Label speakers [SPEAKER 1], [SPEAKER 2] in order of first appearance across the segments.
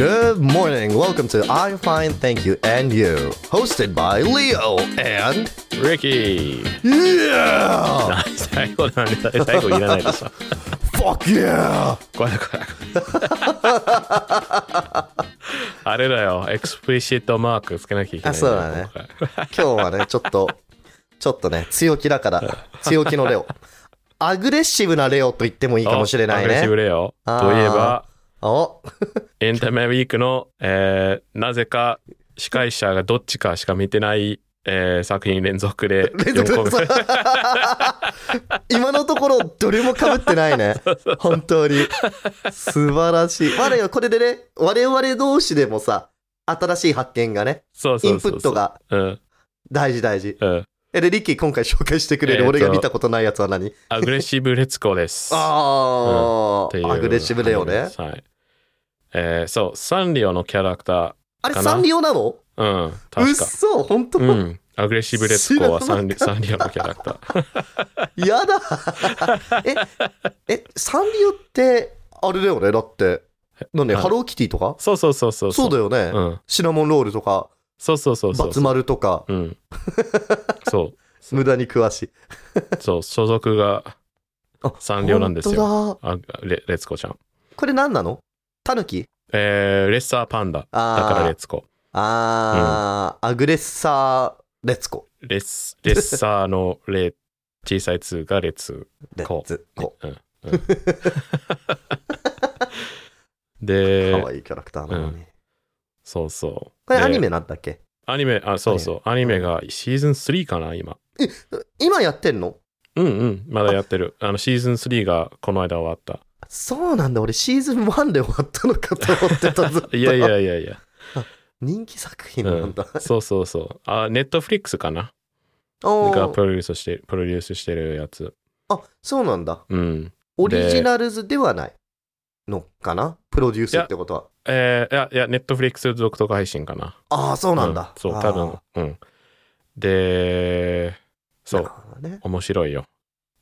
[SPEAKER 1] Good morning. Welcome to I'm Fine, Thank You and You, hosted by Leo and
[SPEAKER 2] リキー
[SPEAKER 1] Yeah,
[SPEAKER 2] 最後なんで最後いらないでしょ
[SPEAKER 1] fuck yeah.
[SPEAKER 2] これこれあれだよエクスプリシットマークつけなきゃいけないん
[SPEAKER 1] あ
[SPEAKER 2] よ
[SPEAKER 1] そうだね今日はね、ちょっと、ちょっとね、強気だから、強気のレオ。アグレッシブなレオと言ってもいい
[SPEAKER 2] 今回
[SPEAKER 1] かもしれな
[SPEAKER 2] おア
[SPEAKER 1] い
[SPEAKER 2] グレッシブ
[SPEAKER 1] ね。
[SPEAKER 2] レオ
[SPEAKER 1] あー
[SPEAKER 2] といえば
[SPEAKER 1] お、
[SPEAKER 2] エンタメウィークの、えーなぜか司会者がどっちかしか見てない、えー作品連続で
[SPEAKER 1] 連続
[SPEAKER 2] 四個目
[SPEAKER 1] 今のところ、どれも被ってないね。本当に。素晴らしい。我々、これでね、我々同士でもさ、新しい発見がね、
[SPEAKER 2] そう
[SPEAKER 1] イ
[SPEAKER 2] そう
[SPEAKER 1] ンプ
[SPEAKER 2] そうそう
[SPEAKER 1] ットが
[SPEAKER 2] うん
[SPEAKER 1] 大事大事。
[SPEAKER 2] うん
[SPEAKER 1] え、で、リッキー今回紹介してくれる、
[SPEAKER 2] えーと
[SPEAKER 1] 俺が見たことないやつは何
[SPEAKER 2] アグレッシブレッツゴーです
[SPEAKER 1] あ
[SPEAKER 2] っていう
[SPEAKER 1] あ、アグレッシブレオね。
[SPEAKER 2] はいえーそうサンリオのキャラクタ
[SPEAKER 1] あれ、
[SPEAKER 2] かな
[SPEAKER 1] サンリオなの
[SPEAKER 2] ーうん
[SPEAKER 1] うっ
[SPEAKER 2] 確か
[SPEAKER 1] そ、本当、
[SPEAKER 2] うん。アグレッシブレッツコは
[SPEAKER 1] 知ら
[SPEAKER 2] サンリサンリオのキャラクター。
[SPEAKER 1] やだえ、え、サンリオって、あれだよね、だって。なんで、
[SPEAKER 2] はい
[SPEAKER 1] ハローキティとか
[SPEAKER 2] そうそうそうそう。
[SPEAKER 1] そうだよね、
[SPEAKER 2] うん。
[SPEAKER 1] シナモンロールとか、
[SPEAKER 2] そうそうそうそう。
[SPEAKER 1] バツマルとか、
[SPEAKER 2] うん。そう。
[SPEAKER 1] 無駄に詳しい。
[SPEAKER 2] そう。所属が
[SPEAKER 1] あ
[SPEAKER 2] サンリオなんですよ。
[SPEAKER 1] 本当だ。
[SPEAKER 2] あレレッツコちゃん。
[SPEAKER 1] これ何なのタヌキ
[SPEAKER 2] えー、レッサーパンダ。だからレ
[SPEAKER 1] あ
[SPEAKER 2] ッツコ。
[SPEAKER 1] あ、あーアグレッサー、レッツコ。
[SPEAKER 2] レッス、レッサーのレ、小さい2がレッツ。
[SPEAKER 1] レッツコ。
[SPEAKER 2] うん。うんで
[SPEAKER 1] か、わいいキャラクターなのに。
[SPEAKER 2] そうそう。
[SPEAKER 1] これ
[SPEAKER 2] で
[SPEAKER 1] アニメなんだっけ
[SPEAKER 2] アニメ、あ、そうそう。アニメがシーズン3かな、今。
[SPEAKER 1] 今やってんの
[SPEAKER 2] うんうん。まだやってる。あの、シーズン3がこの間終わった。
[SPEAKER 1] そうなんだ、俺シーズン1で終わったのかと思ってたずっと。
[SPEAKER 2] いやい。やいやいや。
[SPEAKER 1] 人気作品なんだ。
[SPEAKER 2] うんそうそうそう。あ、ネットフリックスかな
[SPEAKER 1] お
[SPEAKER 2] が
[SPEAKER 1] ー
[SPEAKER 2] プロデュースして、プロデュースしてるやつ。
[SPEAKER 1] あ、そうなんだ。
[SPEAKER 2] うん。
[SPEAKER 1] オリジナルズではないのかなプロデュースってことは。
[SPEAKER 2] えーいや、いや、ネットフリックス独特配信かな。
[SPEAKER 1] ああ、そうなんだ。
[SPEAKER 2] そう、
[SPEAKER 1] あー
[SPEAKER 2] 多分。。うん。で、そ
[SPEAKER 1] な
[SPEAKER 2] う
[SPEAKER 1] る、ほどね
[SPEAKER 2] 面白いよ。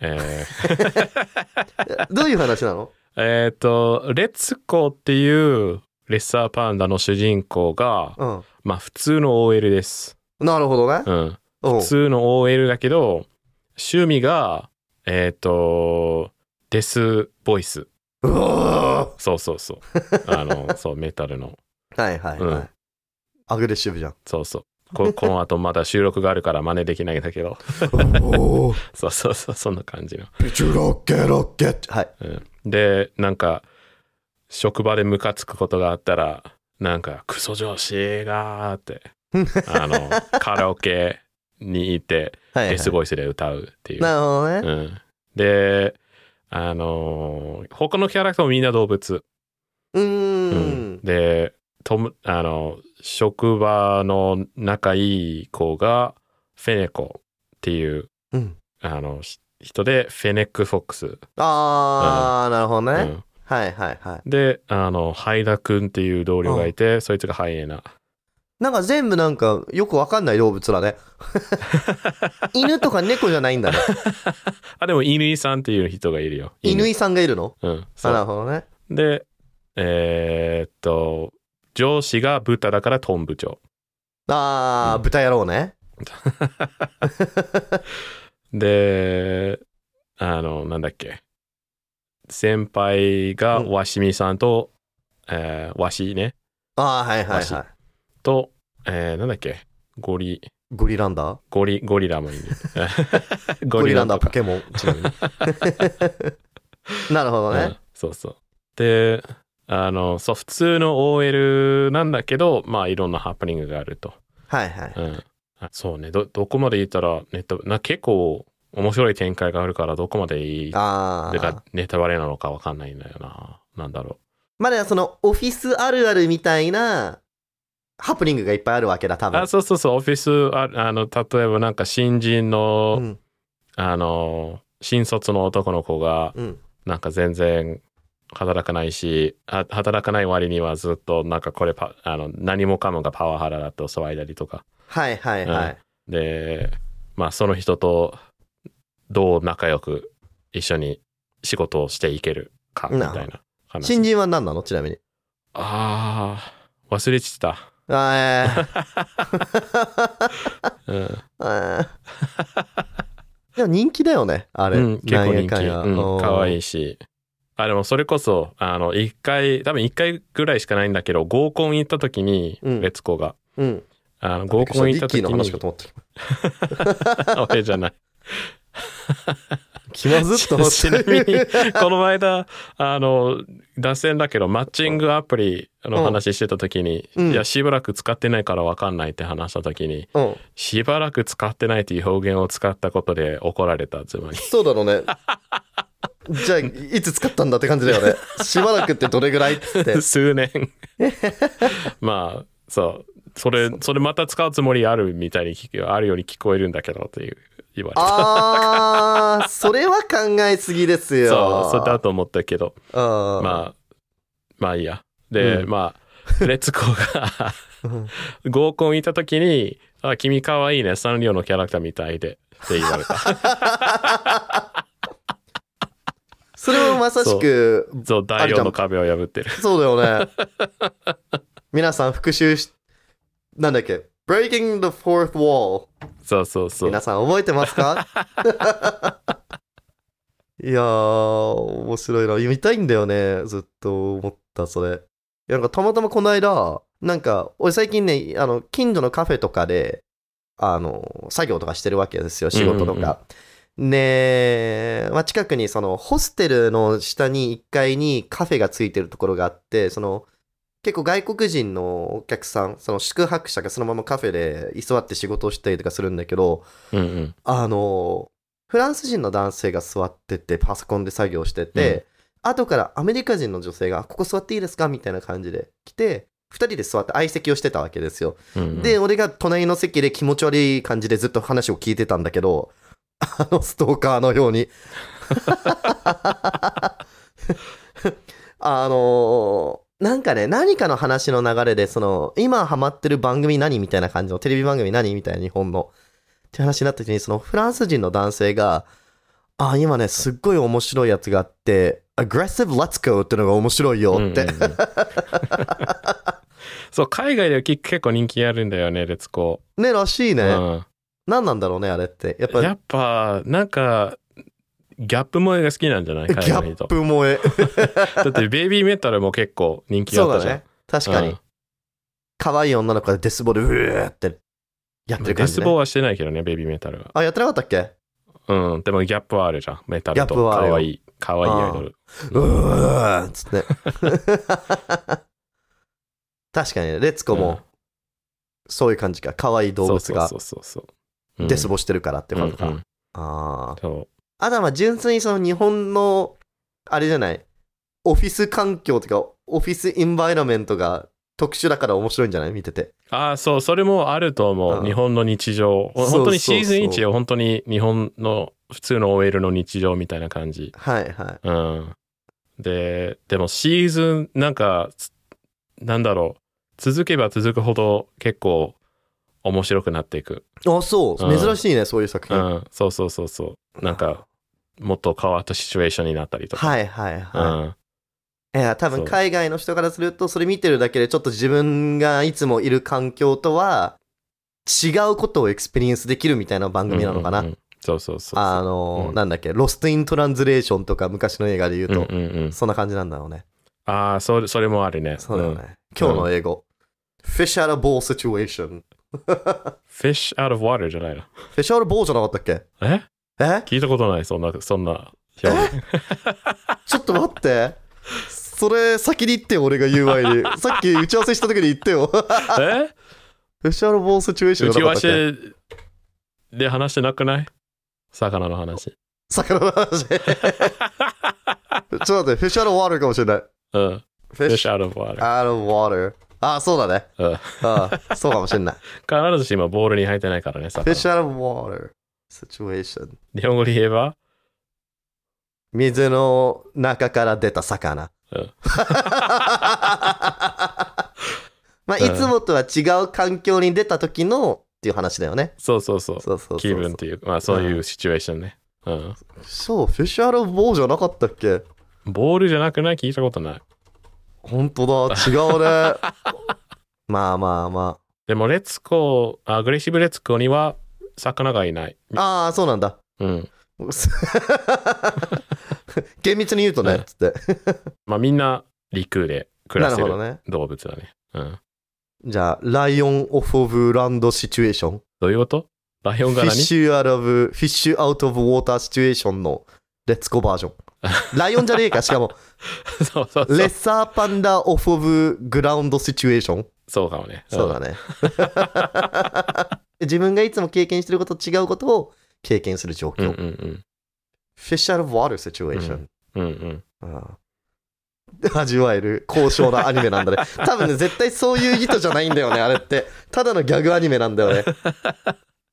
[SPEAKER 2] えー
[SPEAKER 1] えどういう話なの
[SPEAKER 2] えっと、レッツコっていうレッサーパンダの主人公が、
[SPEAKER 1] う
[SPEAKER 2] まあ普通の OL です。
[SPEAKER 1] ん。なるほどね。
[SPEAKER 2] うん。
[SPEAKER 1] うん
[SPEAKER 2] 普。通の OL だけど、趣味が、えっ、と、デスボイス。
[SPEAKER 1] うわ
[SPEAKER 2] そうそうそう。あの、そう、メタルの。
[SPEAKER 1] ーはいはいは
[SPEAKER 2] う
[SPEAKER 1] い。アグレッシブじゃん。
[SPEAKER 2] そうそう。ここの後まだ収録があるから真似できないんだけど。
[SPEAKER 1] おー、
[SPEAKER 2] そうそうそう、そんな感じの。
[SPEAKER 1] ピチュロッケロッケッ。はい。
[SPEAKER 2] うん、で、なんか、職場でムカつくことがあったら、なんか、クソ上司 がーって、あの、カラオケにいて、
[SPEAKER 1] はいはい。
[SPEAKER 2] デスボイスで歌うっていう。
[SPEAKER 1] なるほどね。
[SPEAKER 2] うん、で、あのー他のキャラクターもみんな動物。
[SPEAKER 1] う
[SPEAKER 2] う
[SPEAKER 1] ー
[SPEAKER 2] ん
[SPEAKER 1] ん。
[SPEAKER 2] でともあの職場の仲いい子がフェネコっていう
[SPEAKER 1] うん。
[SPEAKER 2] あのし人でフェネック・フォックス、
[SPEAKER 1] あー、なるほど
[SPEAKER 2] う
[SPEAKER 1] ね。
[SPEAKER 2] ん
[SPEAKER 1] はいはいはい。
[SPEAKER 2] であのハイダ君っていう同僚がいて、そいつがハイエナ
[SPEAKER 1] なんか全部なんかよくわかんない動物だね。 犬とか猫じゃない んだね。
[SPEAKER 2] あでも犬井さんっていう人がいるよ
[SPEAKER 1] 犬井さんがいるの
[SPEAKER 2] うんそ
[SPEAKER 1] あ
[SPEAKER 2] う
[SPEAKER 1] なるほどね。
[SPEAKER 2] でえーっと上司が豚だからトン部長
[SPEAKER 1] あー、
[SPEAKER 2] うん
[SPEAKER 1] 豚野郎ね。
[SPEAKER 2] であのなんだっけ先輩が
[SPEAKER 1] うん
[SPEAKER 2] わしみさんと、えーわしね
[SPEAKER 1] あー、はいはい
[SPEAKER 2] マジ
[SPEAKER 1] はい。
[SPEAKER 2] と、えーなんだっけゴリ
[SPEAKER 1] ゴリランダー
[SPEAKER 2] ゴリゴリ ラもいる
[SPEAKER 1] ゴリランダーポ
[SPEAKER 2] とか
[SPEAKER 1] ケモン。 ちなみになるほど
[SPEAKER 2] うん
[SPEAKER 1] ね。
[SPEAKER 2] そうそうであのそう普通の OL なんだけどまあいろんなハプニングがあると、
[SPEAKER 1] はいはい。
[SPEAKER 2] うん、あそうねどどこまで言ったらネットな結構面白い展開があるからどこまでいい
[SPEAKER 1] あ
[SPEAKER 2] だから
[SPEAKER 1] ー。
[SPEAKER 2] ネタバレなのかわかんないんだよななんだろう
[SPEAKER 1] まあだからそのオフィスあるあるみたいなハプニングがいっぱいあるわけだ、多分
[SPEAKER 2] あ。そうそうそうオフィスああの例えばなんか新人の、
[SPEAKER 1] うん
[SPEAKER 2] あの新卒の男の子が
[SPEAKER 1] うん。
[SPEAKER 2] なんか全然働かないしあ働かない割にはずっとなんかこれパあの何もかもがパワハラだって騒いだりとか
[SPEAKER 1] はいはいはい。
[SPEAKER 2] でまあその人とどう仲良く一緒に仕事をしていけるかみたいな話
[SPEAKER 1] 新人は何なのちなみに。
[SPEAKER 2] あー忘れてた、
[SPEAKER 1] あ
[SPEAKER 2] うん、
[SPEAKER 1] ーあー でも人気だよね、あれ。
[SPEAKER 2] うん、結構人気、うん、可愛
[SPEAKER 1] い。
[SPEAKER 2] いしあでもそれこそあの1回多分1回ぐらいしかないんだけど合コン行った時に
[SPEAKER 1] うん
[SPEAKER 2] レツコが、
[SPEAKER 1] うん。
[SPEAKER 2] あの合コン行った
[SPEAKER 1] リッキー
[SPEAKER 2] 時
[SPEAKER 1] の話か
[SPEAKER 2] に
[SPEAKER 1] と思った。
[SPEAKER 2] 俺じゃ ない
[SPEAKER 1] 気まずっと思っ
[SPEAKER 2] ちなみに
[SPEAKER 1] て。
[SPEAKER 2] この間、あの、脱線だけど、マッチングアプリの話してた時に、
[SPEAKER 1] うん
[SPEAKER 2] いや、しばらく使ってないからわかんないって話した時に、
[SPEAKER 1] うん。
[SPEAKER 2] しばらく使ってないっていう表現を使ったことで怒られた、つまり。
[SPEAKER 1] そうだろうね。じゃあ、いつ使ったんだって感じだよ ね。しばらくってどれぐらいっつって。
[SPEAKER 2] 数年。まあ、そう。それ、それまた使うつもりあるみたいに聞く、あるように聞こえるんだけどっていう、言われた。
[SPEAKER 1] あー、それは考えすぎです
[SPEAKER 2] そう
[SPEAKER 1] よ。、
[SPEAKER 2] それだと思ったけど。
[SPEAKER 1] うん。
[SPEAKER 2] まあ、まあいいや。で、
[SPEAKER 1] うん
[SPEAKER 2] まあ、レッツゴーが、
[SPEAKER 1] うん
[SPEAKER 2] 合コン行った時に、あ、君かわいいね、サンリオのキャラクターみたいで、って言われた。
[SPEAKER 1] それもまさしく、
[SPEAKER 2] そう、
[SPEAKER 1] あ
[SPEAKER 2] 第
[SPEAKER 1] るじゃん
[SPEAKER 2] 4の壁を破ってる。
[SPEAKER 1] そうだよね。皆さん復習し、なんだっけ ?Breaking the Fourth Wall。
[SPEAKER 2] そうそうそう。
[SPEAKER 1] 皆さん覚えてますか いやー、面白いな。見たいんだよね。ずっと思った、それ。いやなんかたまたまこの間、なんか、俺最近ね、あの、近所のカフェとかで、あの、作業とかしてるわけですよ、仕事と
[SPEAKER 2] うんうん
[SPEAKER 1] か。で、まあ、近くにその、ホステルの下に1階にカフェがついてるところがあって、その、結構外国人のお客さん、その宿泊者がそのままカフェで居座って仕事をしたりとかするんだけど、
[SPEAKER 2] うんうん。
[SPEAKER 1] あの、フランス人の男性が座ってて、パソコンで作業してて、後からアメリカ人の女性が、ここ座っていいですかみたいな感じで来て、二人で座って相席をしてたわけですよ。
[SPEAKER 2] うんうん、
[SPEAKER 1] で、俺が隣の席で気持ち悪い感じでずっと話を聞いてたんだけど、あのストーカーのように。あのなんかね、何かの話の流れで、その、今ハマってる番組何みたいな感じの、テレビ番組何みたいな日本の。って話になった時に、そのフランス人の男性が、あ、今ね、すっごい面白いやつがあって、Aggressive Let's Go ってのが面白いよって。
[SPEAKER 2] うんうんうんそう、海外ではき結構人気あるんだよね、レッツゴ
[SPEAKER 1] ね、らしいね。
[SPEAKER 2] ー。うん
[SPEAKER 1] 何なんだろうね、あれって。やっぱ
[SPEAKER 2] やっぱ、なんか、ギャップ萌えが好きなんじゃない海
[SPEAKER 1] ギャ
[SPEAKER 2] 外
[SPEAKER 1] ッ
[SPEAKER 2] と。
[SPEAKER 1] プ萌え。
[SPEAKER 2] だって、ベイビーメタルも結構人気だ
[SPEAKER 1] そ
[SPEAKER 2] っ
[SPEAKER 1] う
[SPEAKER 2] た
[SPEAKER 1] だ
[SPEAKER 2] じゃん
[SPEAKER 1] ね。。確か
[SPEAKER 2] う
[SPEAKER 1] に
[SPEAKER 2] ん。
[SPEAKER 1] 可愛い女の子がデスボでうーってやってる
[SPEAKER 2] デ
[SPEAKER 1] 感じ、
[SPEAKER 2] ス
[SPEAKER 1] ね。
[SPEAKER 2] ボーはしてないけどね、ベイビーメタルは。
[SPEAKER 1] あ、やってなかったっけ
[SPEAKER 2] うん、でもギャップはあるじゃん。メタル
[SPEAKER 1] ギャッ
[SPEAKER 2] と
[SPEAKER 1] プはあ
[SPEAKER 2] 可
[SPEAKER 1] るよ
[SPEAKER 2] 愛い、可愛いアイドル。
[SPEAKER 1] うーっつって。 確かにね、レッツゴ
[SPEAKER 2] うん
[SPEAKER 1] もそういう感じか。可愛い動物が
[SPEAKER 2] そうそうそうそう。
[SPEAKER 1] デス
[SPEAKER 2] っ
[SPEAKER 1] ボしてるからってことか。
[SPEAKER 2] うんうん
[SPEAKER 1] あー
[SPEAKER 2] そ
[SPEAKER 1] あとはまあ純粋にその日本の、あれじゃない、オフィス環境とか、オフィスインバイロメントが特殊だから面白いんじゃない見てて。
[SPEAKER 2] うああ、そう、それもあると思
[SPEAKER 1] う
[SPEAKER 2] う。
[SPEAKER 1] ん
[SPEAKER 2] 日本の日常。
[SPEAKER 1] そうそう
[SPEAKER 2] ほ
[SPEAKER 1] そう
[SPEAKER 2] 本当にシーズン1よ、本当に日本の普通の OL の日常みたいな感じ。
[SPEAKER 1] はいはい。
[SPEAKER 2] うん。で、でもシーズン、なんか、つなんだろう。続けば続くほど結構面白くなっていく。
[SPEAKER 1] あ、そう。
[SPEAKER 2] うん
[SPEAKER 1] 珍しいね、そういう作
[SPEAKER 2] う
[SPEAKER 1] 品。
[SPEAKER 2] ん。そうそうそうそう。なんか、もっと変わったシチュエーションになったりとか。
[SPEAKER 1] はいはいはい。
[SPEAKER 2] うん。
[SPEAKER 1] いや、多
[SPEAKER 2] そ
[SPEAKER 1] 分
[SPEAKER 2] う
[SPEAKER 1] 海外の人からすると、それ見てるだけでちょっと自分がいつもいる環境とは違うことをエクスペリエンスできるみたいな番組なのかな。
[SPEAKER 2] うんうんうんそうそうそうそう。
[SPEAKER 1] あのー、
[SPEAKER 2] うん
[SPEAKER 1] なんだっけ、ロストイントランズレーションとか昔の映画で言うと、
[SPEAKER 2] うんうんうん、
[SPEAKER 1] そんな感じなんだろうね。
[SPEAKER 2] ああ、それ、それもあるね。
[SPEAKER 1] そうだよ
[SPEAKER 2] ん
[SPEAKER 1] ね。今日の英語。fish out of ball situation.
[SPEAKER 2] Fish out of water じゃないの。
[SPEAKER 1] fish out of ball じゃなかったっけ
[SPEAKER 2] え
[SPEAKER 1] え
[SPEAKER 2] 聞いたことない、そんな、そんな表現。
[SPEAKER 1] ちょっと待って。それ先に言ってよ、俺が言う前 に。さっき打ち合わせした時に言ってよ。
[SPEAKER 2] え
[SPEAKER 1] fish out of ball situation じゃ
[SPEAKER 2] 打ち合
[SPEAKER 1] なか
[SPEAKER 2] わ
[SPEAKER 1] ったっけ
[SPEAKER 2] せで話してなくない魚の話。
[SPEAKER 1] 魚の話。ちょっと待って、フィッシュア w a ワー r かもしれない。
[SPEAKER 2] うん。
[SPEAKER 1] フィッシ
[SPEAKER 2] Fish
[SPEAKER 1] ュ
[SPEAKER 2] out of water。
[SPEAKER 1] ア w a ワー r あ、そうだね。
[SPEAKER 2] うん
[SPEAKER 1] うん、そうかもし れない。
[SPEAKER 2] 必ずしもボールに入ってないからね、
[SPEAKER 1] フィ
[SPEAKER 2] 魚
[SPEAKER 1] ッ。シュア w a ワー r situation。
[SPEAKER 2] 日本語で言えば
[SPEAKER 1] 水の中から出た魚。
[SPEAKER 2] うん
[SPEAKER 1] まあ、いつもとは違う環境に出た時のっていう話だよね。
[SPEAKER 2] そうそうそう。
[SPEAKER 1] そうそうそうそう。
[SPEAKER 2] 気分っていう、まあそういうシチュエーションね。うん。
[SPEAKER 1] そう、フィッシュア w a ワー r じゃなかったっけ
[SPEAKER 2] ボールじゃなくない聞いたことない。
[SPEAKER 1] 本当だ、違 うね。まあまあま
[SPEAKER 2] でも、レッツコー、アグレッシブレッツコーには魚がいない。
[SPEAKER 1] あ。ああ、そうなんだ。
[SPEAKER 2] うん。
[SPEAKER 1] 厳密に言うとね、つって。
[SPEAKER 2] まあ、みんな陸で暮
[SPEAKER 1] な
[SPEAKER 2] ら
[SPEAKER 1] る
[SPEAKER 2] せ
[SPEAKER 1] ほど
[SPEAKER 2] る
[SPEAKER 1] ね。
[SPEAKER 2] 動物だね。うん。
[SPEAKER 1] じゃあ、ライオンオフ・オブ・ランド・シチュエーション。
[SPEAKER 2] どういうことライオン
[SPEAKER 1] フ
[SPEAKER 2] が
[SPEAKER 1] ィッ
[SPEAKER 2] 何
[SPEAKER 1] シュアラブ、フィッシュアウト・オブ・ウォーター・シチュエーションのレッツゴーバ ージョン。ライオンじゃねえか、しかも、
[SPEAKER 2] そうそうそ
[SPEAKER 1] レッ
[SPEAKER 2] う。
[SPEAKER 1] サーパンダ・オフ・オブ・グラウンド・シチュエーション。
[SPEAKER 2] そうかもね。
[SPEAKER 1] そうだね。 自分がいつも経験してることと違うことを経験する状
[SPEAKER 2] うん
[SPEAKER 1] 況。
[SPEAKER 2] うんうん
[SPEAKER 1] フィッシュアラブ・ワーター・シチュエーション。
[SPEAKER 2] うん。うんうん。
[SPEAKER 1] ああ 味わえる高尚なアニメなんだ ね多分ね絶対そういう意図じゃないんだよねあれってただのギャグアニメなんだよね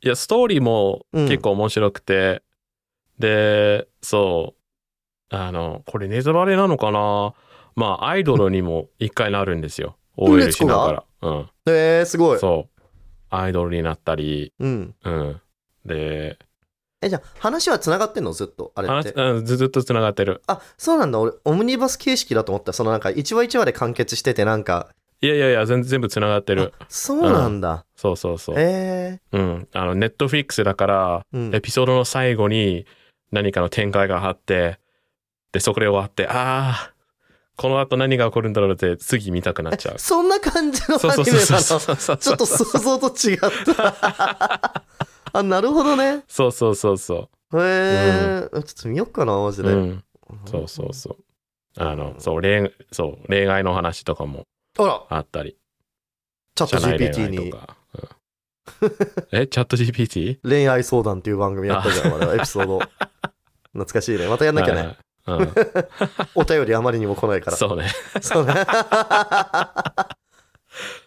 [SPEAKER 2] いや、ストーリーも結構面白くて、で、そう、あの、これネタバレなのかなまあ、アイドルにも一回なるんですよ。OL しながら。うん。
[SPEAKER 1] えー、すごい
[SPEAKER 2] そう。アイドルになったり、
[SPEAKER 1] うん
[SPEAKER 2] うん。で、
[SPEAKER 1] えじゃあ話はつながってんのずっとあれっ
[SPEAKER 2] 話
[SPEAKER 1] て
[SPEAKER 2] うんずずっとつながってる。
[SPEAKER 1] あそうなんだ俺オムニバス形式だと思ったそのなんか一話一話で完結しててなんか
[SPEAKER 2] いやいやいや、全全部つながってる。
[SPEAKER 1] そうなんだ、
[SPEAKER 2] そうそうそう。
[SPEAKER 1] え
[SPEAKER 2] うん。あの、ネットフリックスだから、
[SPEAKER 1] ー、うん
[SPEAKER 2] エピソードの最後に何かの展開があって、で、そこで終わって、ああ、この後何が起こるんだろうって次見たくなっちゃう。
[SPEAKER 1] そんな感じの
[SPEAKER 2] そう
[SPEAKER 1] ア
[SPEAKER 2] そう
[SPEAKER 1] ニメ
[SPEAKER 2] そう
[SPEAKER 1] なの
[SPEAKER 2] そうそう
[SPEAKER 1] ちょ
[SPEAKER 2] そ
[SPEAKER 1] っと
[SPEAKER 2] う。
[SPEAKER 1] 想像と違った あなるほどね
[SPEAKER 2] そうそうそうそ
[SPEAKER 1] へえーちょっと見よっかなマジ
[SPEAKER 2] う。
[SPEAKER 1] で、
[SPEAKER 2] うん。そうそうそう。あの、そう、恋、そう、恋愛の話とかも
[SPEAKER 1] あら
[SPEAKER 2] あったり、
[SPEAKER 1] チャット
[SPEAKER 2] 社内恋
[SPEAKER 1] GPT
[SPEAKER 2] 愛
[SPEAKER 1] に
[SPEAKER 2] とか。うんえ、チャット GPT?
[SPEAKER 1] 恋愛相談っていう番組やったじゃん、まだエピソー ド。懐かしいね。またやんなきゃね。
[SPEAKER 2] はいはい。
[SPEAKER 1] お便りあまりにも来ないか
[SPEAKER 2] うん。
[SPEAKER 1] ら。
[SPEAKER 2] そうね。
[SPEAKER 1] そう ね。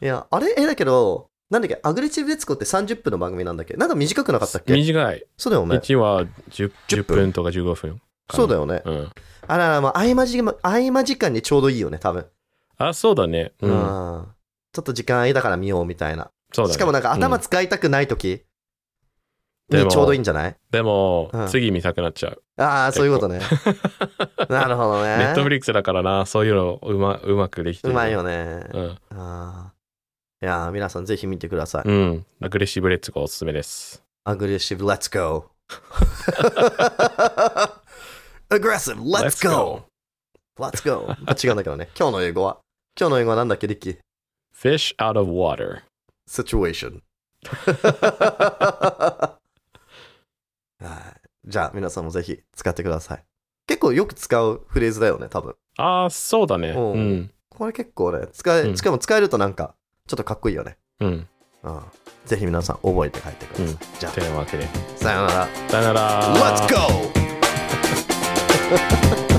[SPEAKER 1] いや、あれえ、だけど、なんだっけ、アグレッシブレッツコって30分の番組なんだっけなんか短くなかったっけ
[SPEAKER 2] 短い。
[SPEAKER 1] そうだよね。
[SPEAKER 2] 1は 10,
[SPEAKER 1] 10
[SPEAKER 2] 10分とか15分。
[SPEAKER 1] そうだよね。
[SPEAKER 2] うん。
[SPEAKER 1] あらら、まあ、合間時間、合間時間にちょうどいいよね、多分。
[SPEAKER 2] あ、そうだね。
[SPEAKER 1] う。
[SPEAKER 2] うんん。
[SPEAKER 1] ちょっと時間空いたから見ようみたいな。
[SPEAKER 2] そうだね。
[SPEAKER 1] しかもなんか頭
[SPEAKER 2] うん
[SPEAKER 1] 使いたくない時
[SPEAKER 2] で
[SPEAKER 1] に
[SPEAKER 2] も
[SPEAKER 1] ちょうどいいんじゃない
[SPEAKER 2] でも
[SPEAKER 1] うん、
[SPEAKER 2] 次見たくなっちゃう。
[SPEAKER 1] ああ、そういうことね。 なるほどね。
[SPEAKER 2] ネットフリックスだからな、そういうのうまうまくできて
[SPEAKER 1] う
[SPEAKER 2] る。
[SPEAKER 1] まいよね。
[SPEAKER 2] うん。
[SPEAKER 1] あーいやー皆さんぜひ見てください。
[SPEAKER 2] うん。アグレッシブレッツがおすすめです。
[SPEAKER 1] アグレッシブ、レッツゴ ー。アグレッシブ、レッツゴー。レッツゴー。違うんだけどね。 今日の英語は今日の英語はなんだっけ、リッキー。
[SPEAKER 2] Fish out of water.
[SPEAKER 1] situation. はいじゃあ皆さんもぜひ使ってください。結構よく使うフレーズだよね、多分。
[SPEAKER 2] ああ、そうだね。
[SPEAKER 1] おう
[SPEAKER 2] うん。
[SPEAKER 1] これ結構ね、使
[SPEAKER 2] う
[SPEAKER 1] え、
[SPEAKER 2] ん
[SPEAKER 1] しかも使えるとなんか、ちょっとかっこいいよね。
[SPEAKER 2] うん。
[SPEAKER 1] うんぜひ皆さん覚えて帰ってください。
[SPEAKER 2] うん
[SPEAKER 1] じゃ
[SPEAKER 2] というわけで。
[SPEAKER 1] あ、さようなら。
[SPEAKER 2] さよなら。
[SPEAKER 1] Let's go!